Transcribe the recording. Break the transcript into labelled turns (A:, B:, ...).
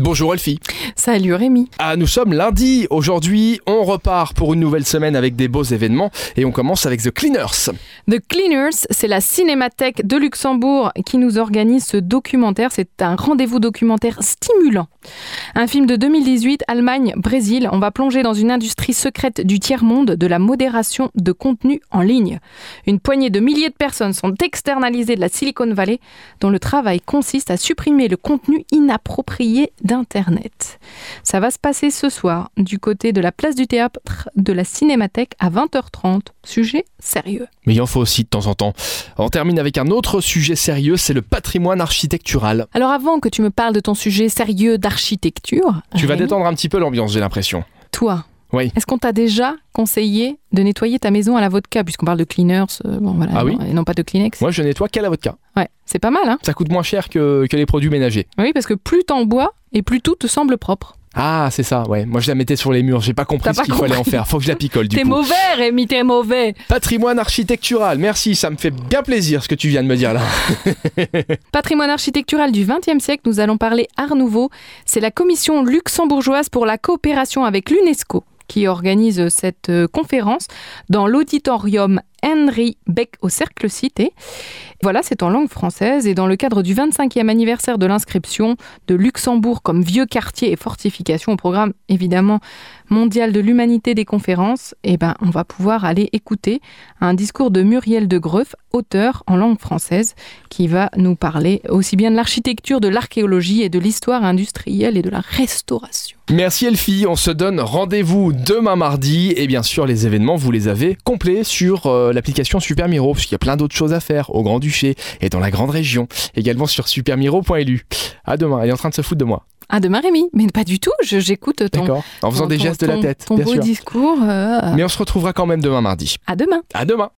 A: Bonjour Elfie.
B: Salut Rémi.
A: Ah, nous sommes lundi. Aujourd'hui, on repart pour une nouvelle semaine avec des beaux événements et on commence avec The Cleaners.
B: The Cleaners, c'est la Cinémathèque de Luxembourg qui nous organise ce documentaire. C'est un rendez-vous documentaire stimulant. Un film de 2018, Allemagne-Brésil. On va plonger dans une industrie secrète du tiers-monde de la modération de contenu en ligne. Une poignée de milliers de personnes sont externalisées de la Silicon Valley, dont le travail consiste à supprimer le contenu inapproprié d'Internet. Ça va se passer ce soir, du côté de la place du théâtre de la Cinémathèque à 20h30. Sujet sérieux.
A: Mais il en faut aussi de temps en temps. On termine avec un autre sujet sérieux, c'est le patrimoine architectural.
B: Alors avant que tu me parles de ton sujet sérieux d'architecture,
A: Tu vas
B: Rémi,
A: détendre un petit peu l'ambiance, j'ai l'impression.
B: Toi.
A: Oui.
B: Est-ce qu'on t'a déjà conseillé de nettoyer ta maison à la vodka, puisqu'on parle de cleaners, euh, bon voilà,
A: Ah oui
B: non, et non pas de Kleenex.
A: Moi, je nettoie qu'à la vodka.
B: Ouais, c'est pas mal, hein
A: Ça coûte moins cher que, que les produits ménagers.
B: Oui, parce que plus t'en bois et plus tout te semble propre.
A: Ah, c'est ça, ouais. Moi, je la mettais sur les murs. J'ai pas compris
B: T'as
A: ce
B: pas
A: qu'il fallait en
B: compris.
A: faire. Faut que je la picole du
B: T'es
A: coup.
B: mauvais, Rémi, t'es mauvais.
A: Patrimoine architectural. Merci, ça me fait bien plaisir ce que tu viens de me dire là.
B: Patrimoine architectural du XXe siècle, nous allons parler Art Nouveau. C'est la commission luxembourgeoise pour la coopération avec l'UNESCO qui organise cette euh, conférence dans l'auditorium Henry Beck au Cercle Cité. Voilà, c'est en langue française et dans le cadre du 25e anniversaire de l'inscription de Luxembourg comme vieux quartier et fortification au programme évidemment mondial de l'humanité des conférences, eh ben, on va pouvoir aller écouter un discours de Muriel de Greuf, auteur en langue française qui va nous parler aussi bien de l'architecture, de l'archéologie et de l'histoire industrielle et de la restauration.
A: Merci Elfie, on se donne rendez-vous demain mardi et bien sûr les événements vous les avez complets sur euh, l'application Super Miro puisqu'il y a plein d'autres choses à faire au Grand-Duché et dans la grande région, également sur supermiro.lu. À demain, elle est en train de se foutre de moi.
B: À demain Rémi, mais pas du tout, je- j'écoute ton,
A: D'accord En faisant
B: ton-
A: des
B: ton-
A: gestes de la
B: ton-
A: tête,
B: ton
A: bien
B: beau
A: sûr.
B: discours. euh,
A: Mais on se retrouvera quand même demain mardi.
B: À demain.
A: À demain.